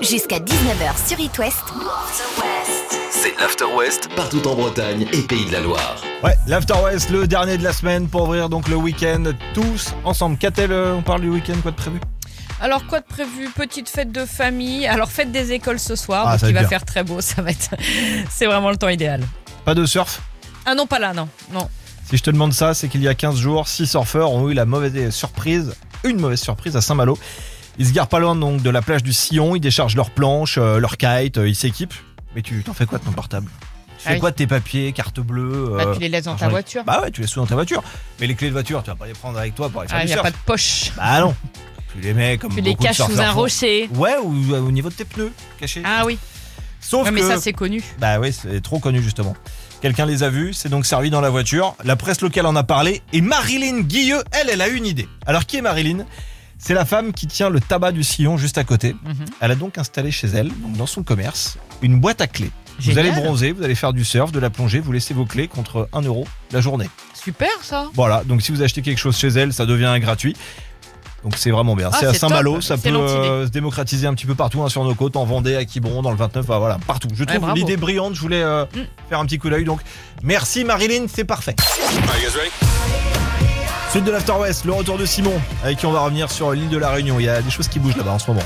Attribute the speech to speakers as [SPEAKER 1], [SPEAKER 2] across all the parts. [SPEAKER 1] Jusqu'à 19h sur It West.
[SPEAKER 2] C'est l'After West partout en Bretagne et Pays de la Loire.
[SPEAKER 3] Ouais, l'After West, le dernier de la semaine pour ouvrir donc le week-end tous ensemble. Catel, euh, on parle du week-end, quoi de prévu
[SPEAKER 4] Alors quoi de prévu Petite fête de famille. Alors fête des écoles ce soir,
[SPEAKER 3] Ah, ça
[SPEAKER 4] donc
[SPEAKER 3] va
[SPEAKER 4] il
[SPEAKER 3] être
[SPEAKER 4] va
[SPEAKER 3] bien.
[SPEAKER 4] faire très beau. Ça va être, c'est vraiment le temps idéal.
[SPEAKER 3] Pas de surf
[SPEAKER 4] Ah non, pas là, non, non.
[SPEAKER 3] Si je te demande ça, c'est qu'il y a 15 jours, six surfeurs ont eu la mauvaise surprise, une mauvaise surprise à Saint-Malo. Ils se garent pas loin donc de la plage du Sillon, ils déchargent leurs planches, euh, leurs kites, euh, ils s'équipent. Mais tu t'en fais quoi de ton portable Tu
[SPEAKER 4] Ah
[SPEAKER 3] fais
[SPEAKER 4] oui.
[SPEAKER 3] quoi de tes papiers, carte bleue
[SPEAKER 4] Bah,
[SPEAKER 3] euh,
[SPEAKER 4] tu les laisses dans ta
[SPEAKER 3] argent-
[SPEAKER 4] voiture.
[SPEAKER 3] Bah ouais, tu les sous dans ta voiture. Mais les clés de voiture, tu vas pas les prendre avec toi pour aller faire
[SPEAKER 4] Ah, il n'y
[SPEAKER 3] du
[SPEAKER 4] a
[SPEAKER 3] surf.
[SPEAKER 4] pas de poche.
[SPEAKER 3] Bah non. Tu les mets comme
[SPEAKER 4] Tu les
[SPEAKER 3] beaucoup de
[SPEAKER 4] caches sous
[SPEAKER 3] surfeurs
[SPEAKER 4] un
[SPEAKER 3] font.
[SPEAKER 4] rocher.
[SPEAKER 3] Ouais, ou euh, au niveau de tes pneus, cachés.
[SPEAKER 4] Ah oui.
[SPEAKER 3] Sauf
[SPEAKER 4] Ouais, mais
[SPEAKER 3] que-
[SPEAKER 4] ça c'est connu.
[SPEAKER 3] bah oui, c'est trop connu justement. Quelqu'un les a vus, c'est donc servi dans la voiture. La presse locale en a parlé et Marilyn Guilleux, elle, elle a eu une idée. Alors qui est Marilyn C'est la femme qui tient le tabac du sillon juste à côté.
[SPEAKER 4] Mhm.
[SPEAKER 3] Elle a donc installé chez elle, donc dans son commerce, une boîte à clés.
[SPEAKER 4] Génial.
[SPEAKER 3] Vous allez bronzer, vous allez faire du surf, de la plongée, vous laissez vos clés contre 1 euro la journée.
[SPEAKER 4] Super ça.
[SPEAKER 3] Voilà, donc si vous achetez quelque chose chez elle, ça devient gratuit. Donc c'est vraiment bien.
[SPEAKER 4] Ah,
[SPEAKER 3] c'est à
[SPEAKER 4] c'est
[SPEAKER 3] Saint-Malo,
[SPEAKER 4] top.
[SPEAKER 3] ça peut
[SPEAKER 4] Excellente idée.
[SPEAKER 3] euh, se démocratiser un petit peu partout, hein, sur nos côtes, en Vendée, à Quiberon, dans le 29, enfin, voilà, partout. Je trouve
[SPEAKER 4] bravo. Mm.
[SPEAKER 3] l'idée brillante, je voulais euh, faire un petit coup d'œil. Donc merci Marilyn, c'est parfait. Suite de l'After West, le retour de Simon, avec qui on va revenir sur l'île de la Réunion. Il y a des choses qui bougent là-bas en ce moment.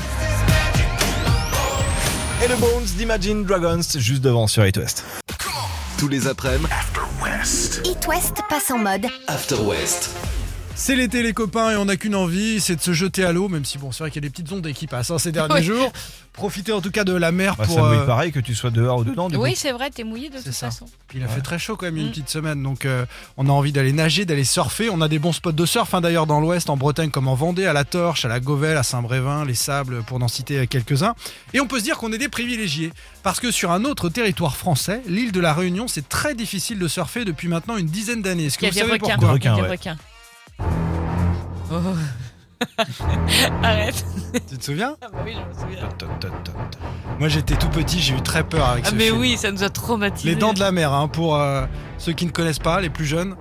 [SPEAKER 3] Et le Bones d'Imagine Dragons, juste devant sur It West.
[SPEAKER 2] Tous les après-midi,
[SPEAKER 1] It West passe en mode
[SPEAKER 2] After West.
[SPEAKER 5] C'est l'été les copains et on n'a qu'une envie, c'est de se jeter à l'eau, même si bon c'est vrai qu'il y a des petites ondes qui passent hein, ces derniers
[SPEAKER 4] Ouais.
[SPEAKER 5] jours. Profitez en tout cas de la mer
[SPEAKER 3] Bah,
[SPEAKER 5] pour...
[SPEAKER 3] ça me
[SPEAKER 5] euh,
[SPEAKER 3] mouille pareil que tu sois dehors ou dedans. Du
[SPEAKER 4] Oui,
[SPEAKER 3] coup.
[SPEAKER 4] c'est vrai, t'es mouillé de
[SPEAKER 5] C'est
[SPEAKER 4] toute
[SPEAKER 5] ça.
[SPEAKER 4] façon.
[SPEAKER 5] il a fait très chaud quand même il y a
[SPEAKER 4] Mm.
[SPEAKER 5] une petite semaine, donc euh, on a envie d'aller nager, d'aller surfer. On a des bons spots de surf hein, d'ailleurs dans l'ouest, en Bretagne comme en Vendée, à la Torche, à la Gauvelle, à Saint-Brévin, les Sables, pour n'en citer euh, quelques-uns. Et on peut se dire qu'on est des privilégiés, parce que sur un autre territoire français, l'île de la Réunion, c'est très difficile de surfer depuis maintenant une dizaine d'années. Est-ce que
[SPEAKER 4] Il y a des
[SPEAKER 5] vous savez
[SPEAKER 4] requins.
[SPEAKER 5] pourquoi
[SPEAKER 3] Des
[SPEAKER 4] Il y a
[SPEAKER 3] requins,
[SPEAKER 4] des
[SPEAKER 3] ouais.
[SPEAKER 4] requins. Oh. Arrête.
[SPEAKER 5] Tu te souviens
[SPEAKER 4] Ah bah oui, je me souviens.
[SPEAKER 5] Moi j'étais tout petit, j'ai eu très peur avec
[SPEAKER 4] Ah
[SPEAKER 5] ce
[SPEAKER 4] mais
[SPEAKER 5] film.
[SPEAKER 4] oui, ça nous a traumatisés.
[SPEAKER 5] Les dents de la mer, hein, pour euh, ceux qui ne connaissent pas, les plus jeunes.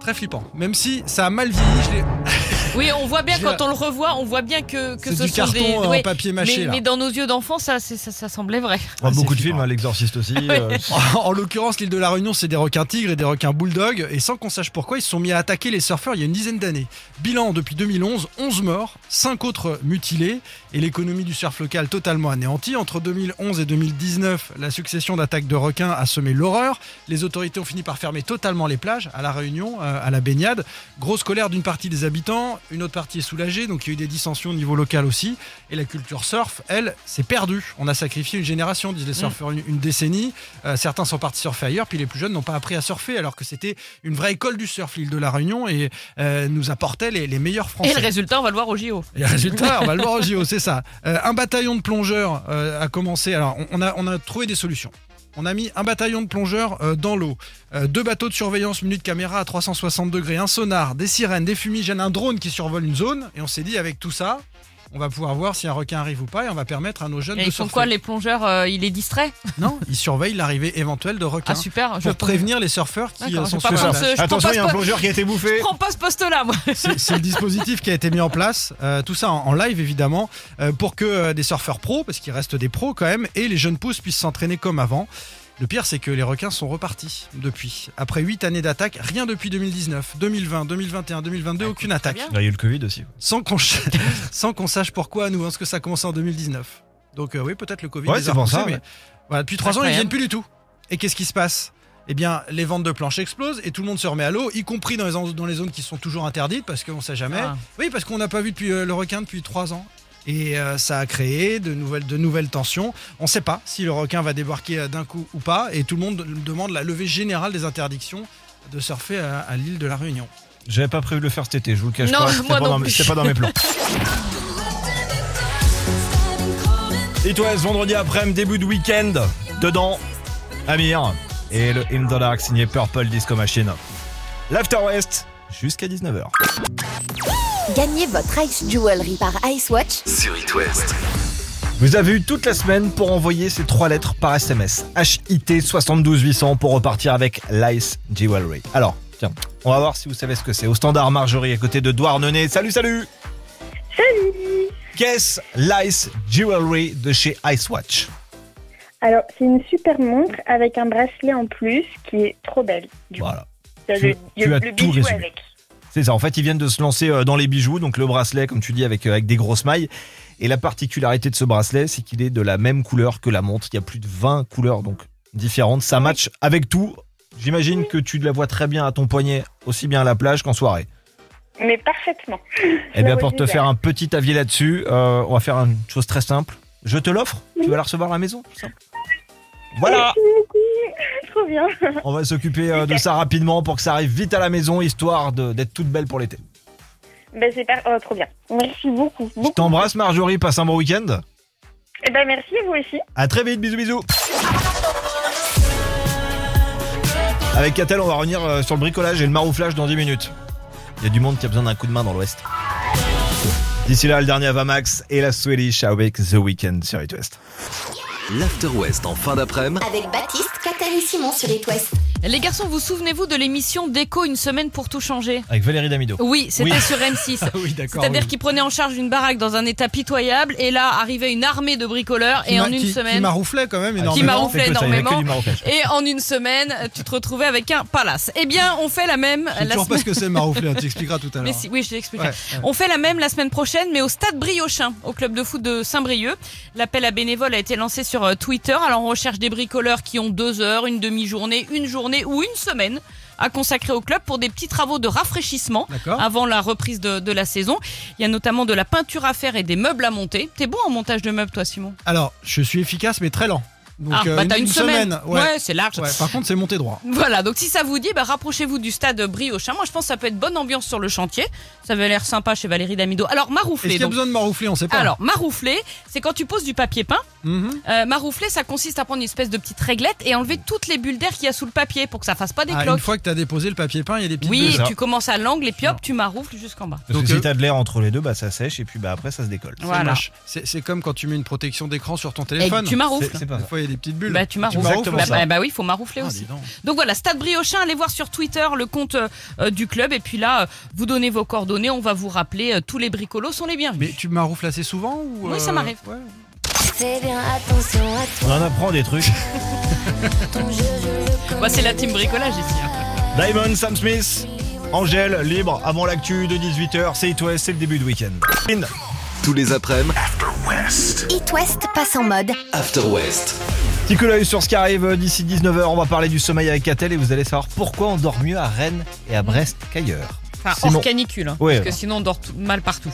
[SPEAKER 5] Très flippant. Même si ça a mal vieilli, je l'ai-
[SPEAKER 4] Oui, on voit bien
[SPEAKER 5] J'ai
[SPEAKER 4] quand
[SPEAKER 5] la-
[SPEAKER 4] on le revoit, on voit bien que, que
[SPEAKER 5] c'est
[SPEAKER 4] ce
[SPEAKER 5] du
[SPEAKER 4] sont
[SPEAKER 5] carton
[SPEAKER 4] des.
[SPEAKER 5] euh,
[SPEAKER 4] ouais,
[SPEAKER 5] en papier
[SPEAKER 4] mais,
[SPEAKER 5] mâché.
[SPEAKER 4] mais dans nos yeux d'enfant, ça, c'est- ça, ça semblait vrai.
[SPEAKER 3] Enfin,
[SPEAKER 5] Ah, c'est
[SPEAKER 3] beaucoup de films,
[SPEAKER 5] flippant.
[SPEAKER 3] hein, L'Exorciste aussi. euh,
[SPEAKER 5] là. en l'occurrence, l'île de la Réunion, c'est des requins tigres et des requins bulldogs. Et sans qu'on sache pourquoi, ils se sont mis à attaquer les surfeurs il y a une dizaine d'années. Bilan, depuis 2011, 11 morts, 5 autres mutilés et l'économie du surf local totalement anéantie. Entre 2011 et 2019, la succession d'attaques de requins a semé l'horreur. Les autorités ont fini par fermer totalement les plages à La Réunion, euh, à la baignade. Grosse colère d'une partie des habitants, une autre partie est soulagée, donc il y a eu des dissensions au niveau local aussi. Et la culture surf, elle, s'est perdue. On a sacrifié une génération,
[SPEAKER 4] Mm.
[SPEAKER 5] disent les surfeurs, une, une décennie. Euh, certains sont partis surfer ailleurs, puis les plus jeunes n'ont pas appris à surfer, alors que c'était une vraie école du surf, l'île de la Réunion, et euh, nous apportait les, les meilleurs Français.
[SPEAKER 4] Et le résultat, on va le voir au JO.
[SPEAKER 5] Et résultat, on va le voir au JO, c'est ça. Euh, un bataillon de plongeurs euh, a commencé. Alors, on, on a, on a trouvé des solutions. On a mis un bataillon de plongeurs euh, dans l'eau, Euh, deux bateaux de surveillance, minute caméra à 360 degrés, un sonar, des sirènes, des fumigènes, un drone qui survole une zone. Et on s'est dit, avec tout ça, on va pouvoir voir si un requin arrive ou pas et on va permettre à nos jeunes
[SPEAKER 4] Et
[SPEAKER 5] de
[SPEAKER 4] ils font
[SPEAKER 5] surfer.
[SPEAKER 4] quoi les plongeurs euh, Il est distrait
[SPEAKER 5] Non, ils surveillent l'arrivée éventuelle de requins
[SPEAKER 4] Ah super, je
[SPEAKER 5] pour prévenir les surfeurs qui euh,
[SPEAKER 4] D'accord, je
[SPEAKER 5] sont
[SPEAKER 4] vais pas
[SPEAKER 5] sur la
[SPEAKER 4] prendre ce- je prends
[SPEAKER 3] Attention,
[SPEAKER 4] pas
[SPEAKER 3] il y
[SPEAKER 4] ce
[SPEAKER 3] a un
[SPEAKER 4] po-
[SPEAKER 3] plongeur qui a été bouffé.
[SPEAKER 4] je prends pas ce poste-là, moi.
[SPEAKER 5] C'est c'est le dispositif qui a été mis en place, euh, tout ça en, en live évidemment, euh, pour que euh, des surfeurs pros, parce qu'il reste des pros quand même, et les jeunes pousses puissent s'entraîner comme avant. Le pire, c'est que les requins sont repartis depuis. Après 8 années d'attaque, rien depuis 2019, 2020, 2021, 2022, aucune attaque.
[SPEAKER 4] bien.
[SPEAKER 3] Ah, Il y a eu le Covid aussi.
[SPEAKER 5] Sans qu'on ch- sans qu'on sache pourquoi à nous, hein, parce que ça a commencé en 2019. Donc euh, oui, peut-être le Covid.
[SPEAKER 3] Ouais,
[SPEAKER 5] les
[SPEAKER 3] c'est
[SPEAKER 5] a
[SPEAKER 3] pour
[SPEAKER 5] repoussés,
[SPEAKER 3] ça,
[SPEAKER 5] mais
[SPEAKER 3] ouais.
[SPEAKER 5] voilà, depuis 3 ans, ils
[SPEAKER 4] Incroyable.
[SPEAKER 5] viennent plus du tout. Et qu'est-ce qui se passe eh bien, les ventes de planches explosent et tout le monde se remet à l'eau, y compris dans les, en- dans les zones qui sont toujours interdites parce qu'on sait jamais.
[SPEAKER 4] Ah.
[SPEAKER 5] Oui, parce qu'on n'a pas vu depuis, euh, le requin depuis trois ans. Et euh, ça a créé de nouvelles, de nouvelles tensions. On ne sait pas si le requin va débarquer euh, d'un coup ou pas. Et tout le monde demande la levée générale des interdictions de surfer à, à l'île de la Réunion.
[SPEAKER 3] J'avais pas prévu de le faire cet été, je vous le cache
[SPEAKER 4] Non,
[SPEAKER 3] pas. C'était
[SPEAKER 4] moi
[SPEAKER 3] pas,
[SPEAKER 4] non
[SPEAKER 3] dans mes-
[SPEAKER 4] plus.
[SPEAKER 3] c'était pas dans mes plans. Et toi, ce vendredi après-midi, début de week-end, dedans, Amir et le In the Dark signé Purple Disco Machine. L'After West, jusqu'à 19h.
[SPEAKER 1] gagnez votre Ice Jewelry par Ice Watch
[SPEAKER 2] Sur It West.
[SPEAKER 3] Vous avez eu toute la semaine pour envoyer ces trois lettres par SMS. HIT 72800 pour repartir avec l'Ice Jewelry. Alors, tiens, on va voir si vous savez ce que c'est. Au standard Marjorie à côté de Douarnenez. Salut, salut Salut Qu'est-ce l'Ice Jewelry de chez Icewatch
[SPEAKER 6] Alors, c'est une super montre avec un bracelet en plus qui est trop belle. Du coup,
[SPEAKER 3] Voilà.
[SPEAKER 6] il y a
[SPEAKER 3] Bah, tu-
[SPEAKER 6] le, il y a
[SPEAKER 3] tu as
[SPEAKER 6] le
[SPEAKER 3] tout
[SPEAKER 6] bijou
[SPEAKER 3] résumé.
[SPEAKER 6] avec.
[SPEAKER 3] C'est ça. En fait, ils viennent de se lancer euh, dans les bijoux, donc le bracelet, comme tu dis, avec, euh, avec des grosses mailles. Et la particularité de ce bracelet, c'est qu'il est de la même couleur que la montre. Il y a plus de 20 couleurs donc différentes. Ça match avec tout. J'imagine que tu la vois très bien à ton poignet, aussi bien à la plage qu'en soirée.
[SPEAKER 6] Mais parfaitement.
[SPEAKER 3] Eh bien, pour
[SPEAKER 6] vois
[SPEAKER 3] te
[SPEAKER 6] bien.
[SPEAKER 3] faire un petit avis là-dessus, euh, on va faire une chose très simple. Je te l'offre. Tu vas la recevoir à la maison. tout simple. Voilà.
[SPEAKER 6] Merci beaucoup. trop bien.
[SPEAKER 3] On va s'occuper euh, de ça rapidement pour que ça arrive vite à la maison, histoire de- d'être toute belle pour l'été.
[SPEAKER 6] Ben, c'est par- oh, trop bien. Merci beaucoup.
[SPEAKER 3] Je
[SPEAKER 6] beaucoup.
[SPEAKER 3] t'embrasse, Marjorie. Passe un bon week-end.
[SPEAKER 6] Eh ben, merci à vous aussi.
[SPEAKER 3] À très vite, bisous bisous. Avec Catel, on va revenir euh, sur le bricolage et le marouflage dans 10 minutes. Il y a du monde qui a besoin d'un coup de main dans l'Ouest. D'ici là, le dernier Avamax et la Swedish avec The Weekend sur It West.
[SPEAKER 2] L'After West en fin d'après-midi
[SPEAKER 1] Avec Baptiste, Catel et Simon sur les West.
[SPEAKER 7] Les garçons, vous souvenez-vous de l'émission Déco une semaine pour tout changer
[SPEAKER 3] Avec Valérie Damido.
[SPEAKER 7] Oui, c'était
[SPEAKER 3] Oui.
[SPEAKER 7] sur M6.
[SPEAKER 5] oui, d'accord.
[SPEAKER 7] C'est-à-dire
[SPEAKER 5] oui.
[SPEAKER 7] qu'ils prenaient en charge une baraque dans un état pitoyable et là arrivait une armée de bricoleurs et
[SPEAKER 5] Qui
[SPEAKER 7] en
[SPEAKER 5] m'a-
[SPEAKER 7] une
[SPEAKER 5] qui- Qui
[SPEAKER 7] semaine.
[SPEAKER 5] marouflait quand même énormément.
[SPEAKER 7] marouflait
[SPEAKER 3] C'est que ça, il y a que
[SPEAKER 7] énormément.
[SPEAKER 3] du marouflage.
[SPEAKER 7] et en une semaine, tu te retrouvais avec un palace. Eh bien, on fait la même
[SPEAKER 5] Je sais
[SPEAKER 7] la
[SPEAKER 5] toujours
[SPEAKER 7] semaine.
[SPEAKER 5] pas ce que c'est maroufler, on t'expliquera tout à l'heure.
[SPEAKER 7] Mais si, oui, je t'explique.
[SPEAKER 5] Ouais.
[SPEAKER 7] On fait la même la semaine prochaine, mais au stade Briochin, au club de foot de Saint-Brieuc. L'appel à bénévoles a été lancé sur euh, Twitter. Alors on recherche des bricoleurs qui ont deux heures, une demi-journée, une journée ou une semaine à consacrer au club pour des petits travaux de rafraîchissement
[SPEAKER 5] D'accord.
[SPEAKER 7] avant la reprise de, de la saison. Il y a notamment de la peinture à faire et des meubles à monter. T'es bon en montage de meubles, toi, Simon
[SPEAKER 5] Alors, je suis efficace mais très lent. Donc,
[SPEAKER 7] Ah,
[SPEAKER 5] euh,
[SPEAKER 7] bah t'as
[SPEAKER 5] une,
[SPEAKER 7] une,
[SPEAKER 5] une semaine. Ouais.
[SPEAKER 7] c'est large.
[SPEAKER 5] Ouais, Par contre, c'est monté droit.
[SPEAKER 7] Voilà, donc si ça vous dit, bah, rapprochez-vous du stade Briochin. Moi, je pense que ça peut être bonne ambiance sur le chantier. Ça avait l'air sympa chez Valérie Damido. Alors,
[SPEAKER 5] Est-ce
[SPEAKER 7] maroufler.
[SPEAKER 5] qu'il y a
[SPEAKER 7] donc.
[SPEAKER 5] besoin de maroufler On sait pas.
[SPEAKER 7] Alors, maroufler, c'est quand tu poses du papier peint.
[SPEAKER 5] Mhm.
[SPEAKER 7] Euh, maroufler, ça consiste à prendre une espèce de petite réglette et enlever toutes les bulles d'air qu'il y a sous le papier pour que ça fasse pas des
[SPEAKER 5] Ah, une
[SPEAKER 7] cloques.
[SPEAKER 5] fois que t'as déposé le papier peint, il y a des petites bulles.
[SPEAKER 7] Oui,
[SPEAKER 3] C'est ça.
[SPEAKER 7] tu commences à l'angle et puis hop, tu maroufles jusqu'en bas.
[SPEAKER 3] Parce que
[SPEAKER 5] Donc,
[SPEAKER 3] si
[SPEAKER 5] euh,
[SPEAKER 3] t'as de l'air entre les deux, bah ça sèche et puis bah après ça se décolle.
[SPEAKER 5] Ça
[SPEAKER 7] Voilà.
[SPEAKER 5] marche. C'est c'est comme quand tu mets une protection d'écran sur ton
[SPEAKER 7] Et
[SPEAKER 5] téléphone.
[SPEAKER 7] tu
[SPEAKER 3] C'est
[SPEAKER 7] maroufles.
[SPEAKER 3] c'est pas
[SPEAKER 5] Des
[SPEAKER 3] ça.
[SPEAKER 5] fois, il y a des petites bulles.
[SPEAKER 7] Bah, tu maroufles.
[SPEAKER 3] maroufles.
[SPEAKER 7] Bah,
[SPEAKER 3] ça.
[SPEAKER 7] bah, bah oui, il faut maroufler
[SPEAKER 5] Ah,
[SPEAKER 7] aussi.
[SPEAKER 5] dis donc.
[SPEAKER 7] Donc voilà, Stade Briochin, allez voir sur Twitter le compte euh, euh, du club et puis là, euh, vous donnez vos coordonnées, on va vous rappeler, euh, tous les bricolos sont les bienvenus.
[SPEAKER 5] Mais tu maroufles assez souvent ou
[SPEAKER 7] Oui, ça
[SPEAKER 5] euh,
[SPEAKER 7] m'arrive.
[SPEAKER 5] ouais.
[SPEAKER 8] Fais bien attention à
[SPEAKER 3] On en apprend des trucs.
[SPEAKER 8] ton jeu, je le connais.
[SPEAKER 7] Bah, c'est la team bricolage ici. hein.
[SPEAKER 3] Diamond, Sam Smith, Angèle, libre avant l'actu de 18h. C'est It West, c'est le début de week-end. In.
[SPEAKER 2] tous les après-midi,
[SPEAKER 1] It West passe en mode.
[SPEAKER 2] After West.
[SPEAKER 3] Petit coup d'œil sur ce qui arrive d'ici 19h. On va parler du sommeil avec Catel et vous allez savoir pourquoi on dort mieux à Rennes et à Brest qu'ailleurs.
[SPEAKER 7] Enfin,
[SPEAKER 3] Simon.
[SPEAKER 7] hors canicule, hein,
[SPEAKER 3] Ouais,
[SPEAKER 7] parce que
[SPEAKER 3] ouais.
[SPEAKER 7] sinon on dort tout- mal partout.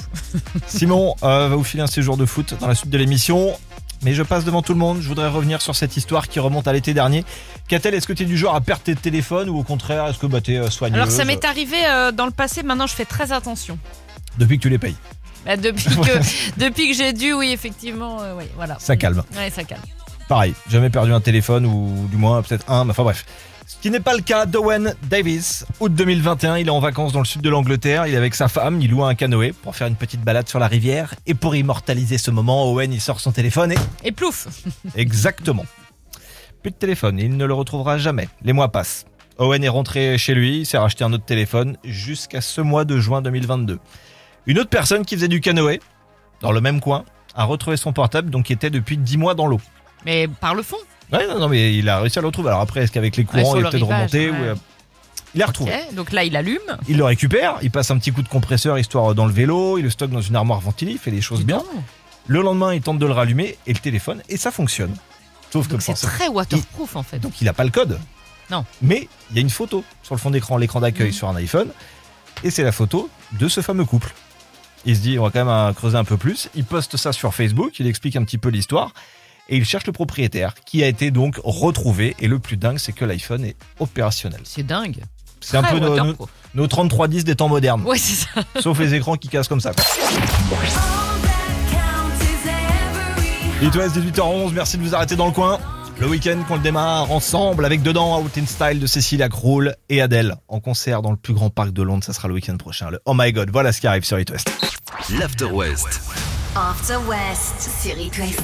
[SPEAKER 3] Simon euh, va vous filer un séjour de foot dans la suite de l'émission. Mais je passe devant tout le monde. Je voudrais revenir sur cette histoire qui remonte à l'été dernier. Catel, est-ce que t'es du genre à perdre tes téléphones ou au contraire, est-ce que bah, t'es euh, soigneuse
[SPEAKER 7] Alors ça m'est arrivé euh, dans le passé, maintenant je fais très attention.
[SPEAKER 3] euh, Depuis que tu les payes,
[SPEAKER 7] Bah, depuis que, depuis que j'ai dû, oui, effectivement, euh, oui, voilà.
[SPEAKER 3] ça calme.
[SPEAKER 7] Ouais, ça calme.
[SPEAKER 3] pareil, jamais perdu un téléphone ou du moins peut-être un, mais enfin bref. Ce qui n'est pas le cas d'Owen Davis. Août 2021, il est en vacances dans le sud de l'Angleterre. Il est avec sa femme, il loue un canoë pour faire une petite balade sur la rivière. Et pour immortaliser ce moment, Owen, il sort son téléphone et...
[SPEAKER 7] Et plouf
[SPEAKER 3] Exactement. Plus de téléphone, il ne le retrouvera jamais. Les mois passent. Owen est rentré chez lui, il s'est racheté un autre téléphone jusqu'à ce mois de juin 2022. Une autre personne qui faisait du canoë, dans le même coin, a retrouvé son portable, donc qui était depuis 10 mois dans l'eau.
[SPEAKER 7] Mais par le fond.
[SPEAKER 3] Ouais, non, non, mais il a réussi à le retrouver. Alors après, est-ce qu'avec les courants,
[SPEAKER 7] sur
[SPEAKER 3] il est
[SPEAKER 7] le
[SPEAKER 3] peut-être
[SPEAKER 7] rivage,
[SPEAKER 3] remonté
[SPEAKER 7] ouais.
[SPEAKER 3] ou, euh, Il l'a retrouvé.
[SPEAKER 7] ok. Donc là, il allume.
[SPEAKER 3] Il le récupère, il passe un petit coup de compresseur histoire euh, dans le vélo, il le stocke dans une armoire ventilée, il fait les choses
[SPEAKER 7] Dis
[SPEAKER 3] bien.
[SPEAKER 7] donc.
[SPEAKER 3] Le lendemain, il tente de le rallumer et le téléphone, et ça fonctionne. Sauf que
[SPEAKER 7] Donc
[SPEAKER 3] le
[SPEAKER 7] c'est
[SPEAKER 3] forcément-
[SPEAKER 7] très waterproof en fait.
[SPEAKER 3] donc il n'a pas le code.
[SPEAKER 7] Non.
[SPEAKER 3] Mais il y a une photo sur le fond d'écran, l'écran d'accueil sur un iPhone. Et c'est la photo de ce fameux couple. Il se dit, on va quand même euh, creuser un peu plus. Il poste ça sur Facebook, il explique un petit peu l'histoire. Et il cherche le propriétaire, qui a été donc retrouvé. Et le plus dingue, c'est que l'iPhone est opérationnel.
[SPEAKER 7] C'est dingue.
[SPEAKER 3] C'est un
[SPEAKER 7] Très
[SPEAKER 3] peu nos, nos,
[SPEAKER 7] waterproof.
[SPEAKER 3] nos 3310 des temps modernes.
[SPEAKER 7] Ouais, c'est ça.
[SPEAKER 3] Sauf les écrans qui cassent comme ça. quoi. It West, 18h11, merci de vous arrêter dans le coin. Le week-end qu'on le démarre ensemble avec dedans Out in Style de Cécile Acroul et Adèle en concert dans le plus grand parc de Londres. Ça sera le week-end prochain. Le Oh my god, voilà ce qui arrive sur It West.
[SPEAKER 2] L'After West.
[SPEAKER 8] After West sur It West.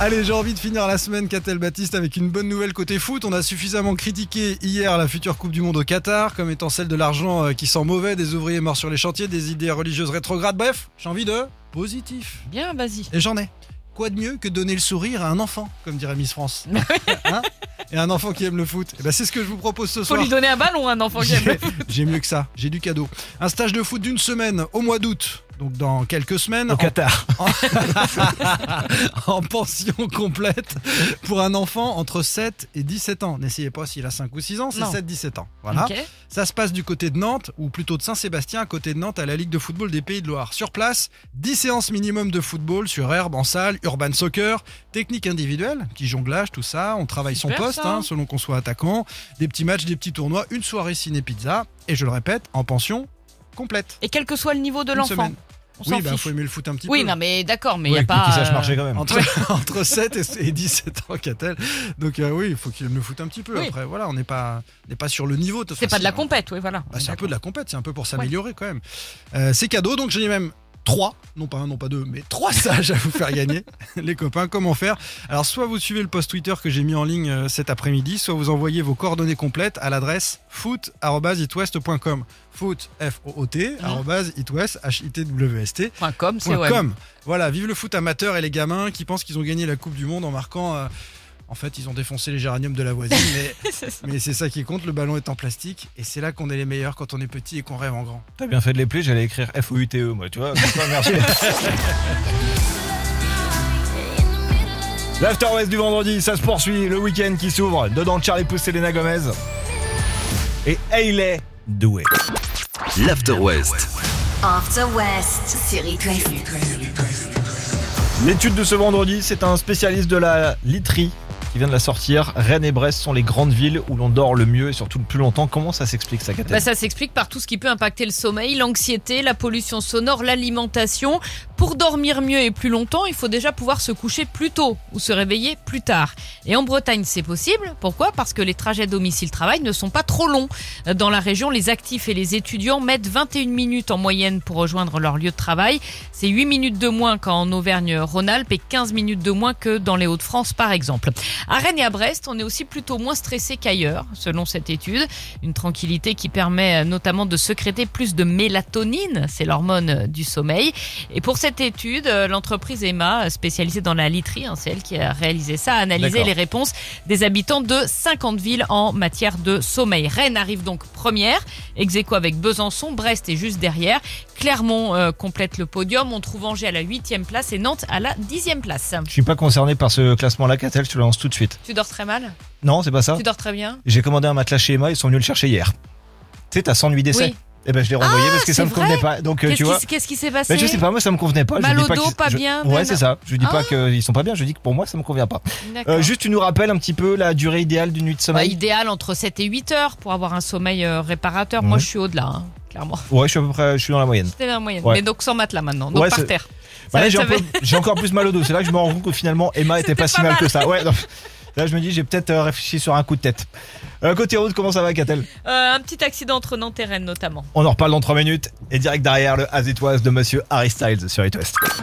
[SPEAKER 5] Allez, j'ai envie de finir la semaine, Catel Baptiste, avec une bonne nouvelle côté foot. On a suffisamment critiqué hier la future Coupe du Monde au Qatar, comme étant celle de l'argent euh, qui sent mauvais, des ouvriers morts sur les chantiers, des idées religieuses rétrogrades. Bref, j'ai envie de positif.
[SPEAKER 7] Bien, vas-y.
[SPEAKER 5] Et j'en ai. Quoi de mieux que donner le sourire à un enfant, comme dirait Miss France Hein Et un enfant qui aime le foot. Et ben, c'est ce que je vous propose ce
[SPEAKER 7] Faut
[SPEAKER 5] soir.
[SPEAKER 7] lui donner un ballon à un enfant qui aime le
[SPEAKER 5] J'ai- J'ai mieux que ça, j'ai du cadeau. Un stage de foot d'une semaine au mois d'août, donc dans quelques semaines,
[SPEAKER 3] Au Qatar.
[SPEAKER 5] en pension complète pour un enfant entre 7 et 17 ans. N'essayez pas s'il a 5 ou 6 ans, c'est
[SPEAKER 7] Non.
[SPEAKER 5] 7-17 ans. Voilà.
[SPEAKER 7] Ok.
[SPEAKER 5] Ça se passe du côté de Nantes, ou plutôt de Saint-Sébastien, à côté de Nantes, à la Ligue de football des Pays de Loire. Sur place, 10 séances minimum de football sur herbe, en salle, urban soccer, technique individuelle, petit jonglage, tout ça. On travaille son
[SPEAKER 7] Super,
[SPEAKER 5] poste,
[SPEAKER 7] ça.
[SPEAKER 5] hein, selon qu'on soit attaquant. Des petits matchs, des petits tournois, une soirée ciné-pizza. Et je le répète, en pension complète.
[SPEAKER 7] Et quel que soit le niveau de
[SPEAKER 5] Une
[SPEAKER 7] l'enfant,
[SPEAKER 5] semaine.
[SPEAKER 7] on s'en
[SPEAKER 5] Oui, bah,
[SPEAKER 7] fiche.
[SPEAKER 5] faut aimer le foot un petit
[SPEAKER 7] oui,
[SPEAKER 5] peu.
[SPEAKER 7] non, mais d'accord, mais il
[SPEAKER 3] Oui,
[SPEAKER 7] n'y a
[SPEAKER 3] mais
[SPEAKER 7] pas.
[SPEAKER 3] qu'il sache
[SPEAKER 7] euh,
[SPEAKER 3] marcher quand même.
[SPEAKER 5] Entre, entre 7 et, et 17 ans, Catel. Donc euh, oui, il faut qu'il me le foute un petit peu.
[SPEAKER 7] Oui.
[SPEAKER 5] Après, voilà, on n'est pas, on n'est pas sur le niveau. toute
[SPEAKER 7] euh, C'est pas de la
[SPEAKER 5] façon.
[SPEAKER 7] compète, oui, voilà.
[SPEAKER 5] Bah, c'est un peu de la compète, c'est un peu pour s'améliorer quand même. Euh, c'est cadeau, donc j'en ai même trois, non pas un, non pas deux, mais trois sages à vous faire gagner. Les copains, comment faire Alors, soit vous suivez le post Twitter que j'ai mis en ligne euh, cet après-midi, soit vous envoyez vos coordonnées complètes à l'adresse foot.itwest.com. Foot, F-O-O-T,
[SPEAKER 7] Mmh.
[SPEAKER 5] arrobase itwest, H-I-T-W-S-T.
[SPEAKER 7] Point com, c'est
[SPEAKER 5] Point
[SPEAKER 7] ouais.
[SPEAKER 5] com. Voilà, vive le foot amateur et les gamins qui pensent qu'ils ont gagné la Coupe du Monde en marquant. euh, en fait, ils ont défoncé les géraniums de la voisine, mais,
[SPEAKER 7] C'est ça.
[SPEAKER 5] mais c'est ça qui compte. Le ballon est en plastique et c'est là qu'on est les meilleurs quand on est petit et qu'on rêve en grand.
[SPEAKER 3] T'as bien fait de les plaies, j'allais écrire F-O-U-T-E, E, moi, tu vois. comme ça, Merci. L'After West du vendredi, ça se poursuit, le week-end qui s'ouvre. Dedans, Charlie Pouce, Selena Gomez. Et Hayley Doué.
[SPEAKER 2] L'After West.
[SPEAKER 9] After West sur It West.
[SPEAKER 3] L'étude de ce vendredi, c'est un spécialiste de la literie qui vient de la sortir. Rennes et Brest sont les grandes villes où l'on dort le mieux et surtout le plus longtemps. Comment ça s'explique, ça, Catherine
[SPEAKER 7] Bah, ça s'explique par tout ce qui peut impacter le sommeil, l'anxiété, la pollution sonore, l'alimentation. Pour dormir mieux et plus longtemps, il faut déjà pouvoir se coucher plus tôt ou se réveiller plus tard. Et en Bretagne, c'est possible. Pourquoi Parce que les trajets domicile-travail ne sont pas trop longs. Dans la région, les actifs et les étudiants mettent 21 minutes en moyenne pour rejoindre leur lieu de travail. C'est 8 minutes de moins qu'en Auvergne-Rhône-Alpes et 15 minutes de moins que dans les Hauts-de-France, par exemple. À Rennes et à Brest, on est aussi plutôt moins stressé qu'ailleurs, selon cette étude. Une tranquillité qui permet euh, notamment de sécréter plus de mélatonine, c'est l'hormone euh, du sommeil. Et pour cette étude, euh, l'entreprise EMA, euh, spécialisée dans la literie, hein, c'est elle qui a réalisé ça, a analysé
[SPEAKER 3] D'accord.
[SPEAKER 7] les réponses des habitants de 50 villes en matière de sommeil. Rennes arrive donc première, ex aequo avec Besançon, Brest est juste derrière. Clermont euh, complète le podium, on trouve Angers à la 8e place et Nantes à la 10e place.
[SPEAKER 3] Je suis pas concerné par ce classement-là, Catel, je te le lance tout de suite.
[SPEAKER 7] Tu dors très mal
[SPEAKER 3] Non, c'est pas ça
[SPEAKER 7] Tu dors très bien
[SPEAKER 3] J'ai commandé un matelas chez Emma, ils sont venus le chercher hier. Tu sais, t'as 100 nuits d'essai.
[SPEAKER 7] Oui. Ah,
[SPEAKER 3] Et ben je l'ai renvoyé parce que
[SPEAKER 7] c'est
[SPEAKER 3] ça me
[SPEAKER 7] vrai
[SPEAKER 3] convenait pas. Donc euh,
[SPEAKER 7] Qu'est-ce
[SPEAKER 3] tu
[SPEAKER 7] qui-
[SPEAKER 3] vois.
[SPEAKER 7] Qu'est-ce qui s'est passé
[SPEAKER 3] Ben, je sais pas, moi ça me convenait pas. je
[SPEAKER 7] Mal
[SPEAKER 3] dis
[SPEAKER 7] au
[SPEAKER 3] pas
[SPEAKER 7] dos,
[SPEAKER 3] que-
[SPEAKER 7] pas
[SPEAKER 3] je-
[SPEAKER 7] bien,
[SPEAKER 3] Ouais,
[SPEAKER 7] nana.
[SPEAKER 3] c'est ça. Je dis pas
[SPEAKER 7] Ah.
[SPEAKER 3] qu'ils sont pas bien, je dis que pour moi ça me convient pas.
[SPEAKER 7] D'accord.
[SPEAKER 3] Euh, juste, tu nous rappelles un petit peu la durée idéale d'une nuit de
[SPEAKER 7] Bah,
[SPEAKER 3] sommeil
[SPEAKER 7] idéal entre 7 et 8 heures pour avoir un sommeil euh, réparateur.
[SPEAKER 3] Mhm.
[SPEAKER 7] Moi, je suis au-delà, hein, clairement.
[SPEAKER 3] Ouais, je suis à peu près, je suis dans la moyenne.
[SPEAKER 7] C'était la moyenne.
[SPEAKER 3] Ouais.
[SPEAKER 7] Mais donc sans matelas maintenant, donc
[SPEAKER 3] Ouais,
[SPEAKER 7] par
[SPEAKER 3] c'est-
[SPEAKER 7] terre.
[SPEAKER 3] Bah, là,
[SPEAKER 7] Ça-
[SPEAKER 3] j'ai,
[SPEAKER 7] ça
[SPEAKER 3] un peu-
[SPEAKER 7] va-
[SPEAKER 3] j'ai encore plus mal au dos. C'est là que je me rends compte que finalement, Emma était pas si
[SPEAKER 7] pas
[SPEAKER 3] mal
[SPEAKER 7] mal.
[SPEAKER 3] que ça. Ouais, non. Là, je me dis, j'ai peut-être euh, réfléchi sur un coup de tête. Euh, côté route, comment ça va, Catel
[SPEAKER 7] Euh, un petit accident entre Nantes et Rennes notamment.
[SPEAKER 3] On en reparle dans 3 minutes. Et direct derrière, le As It Was de Monsieur Harry Styles sur It West.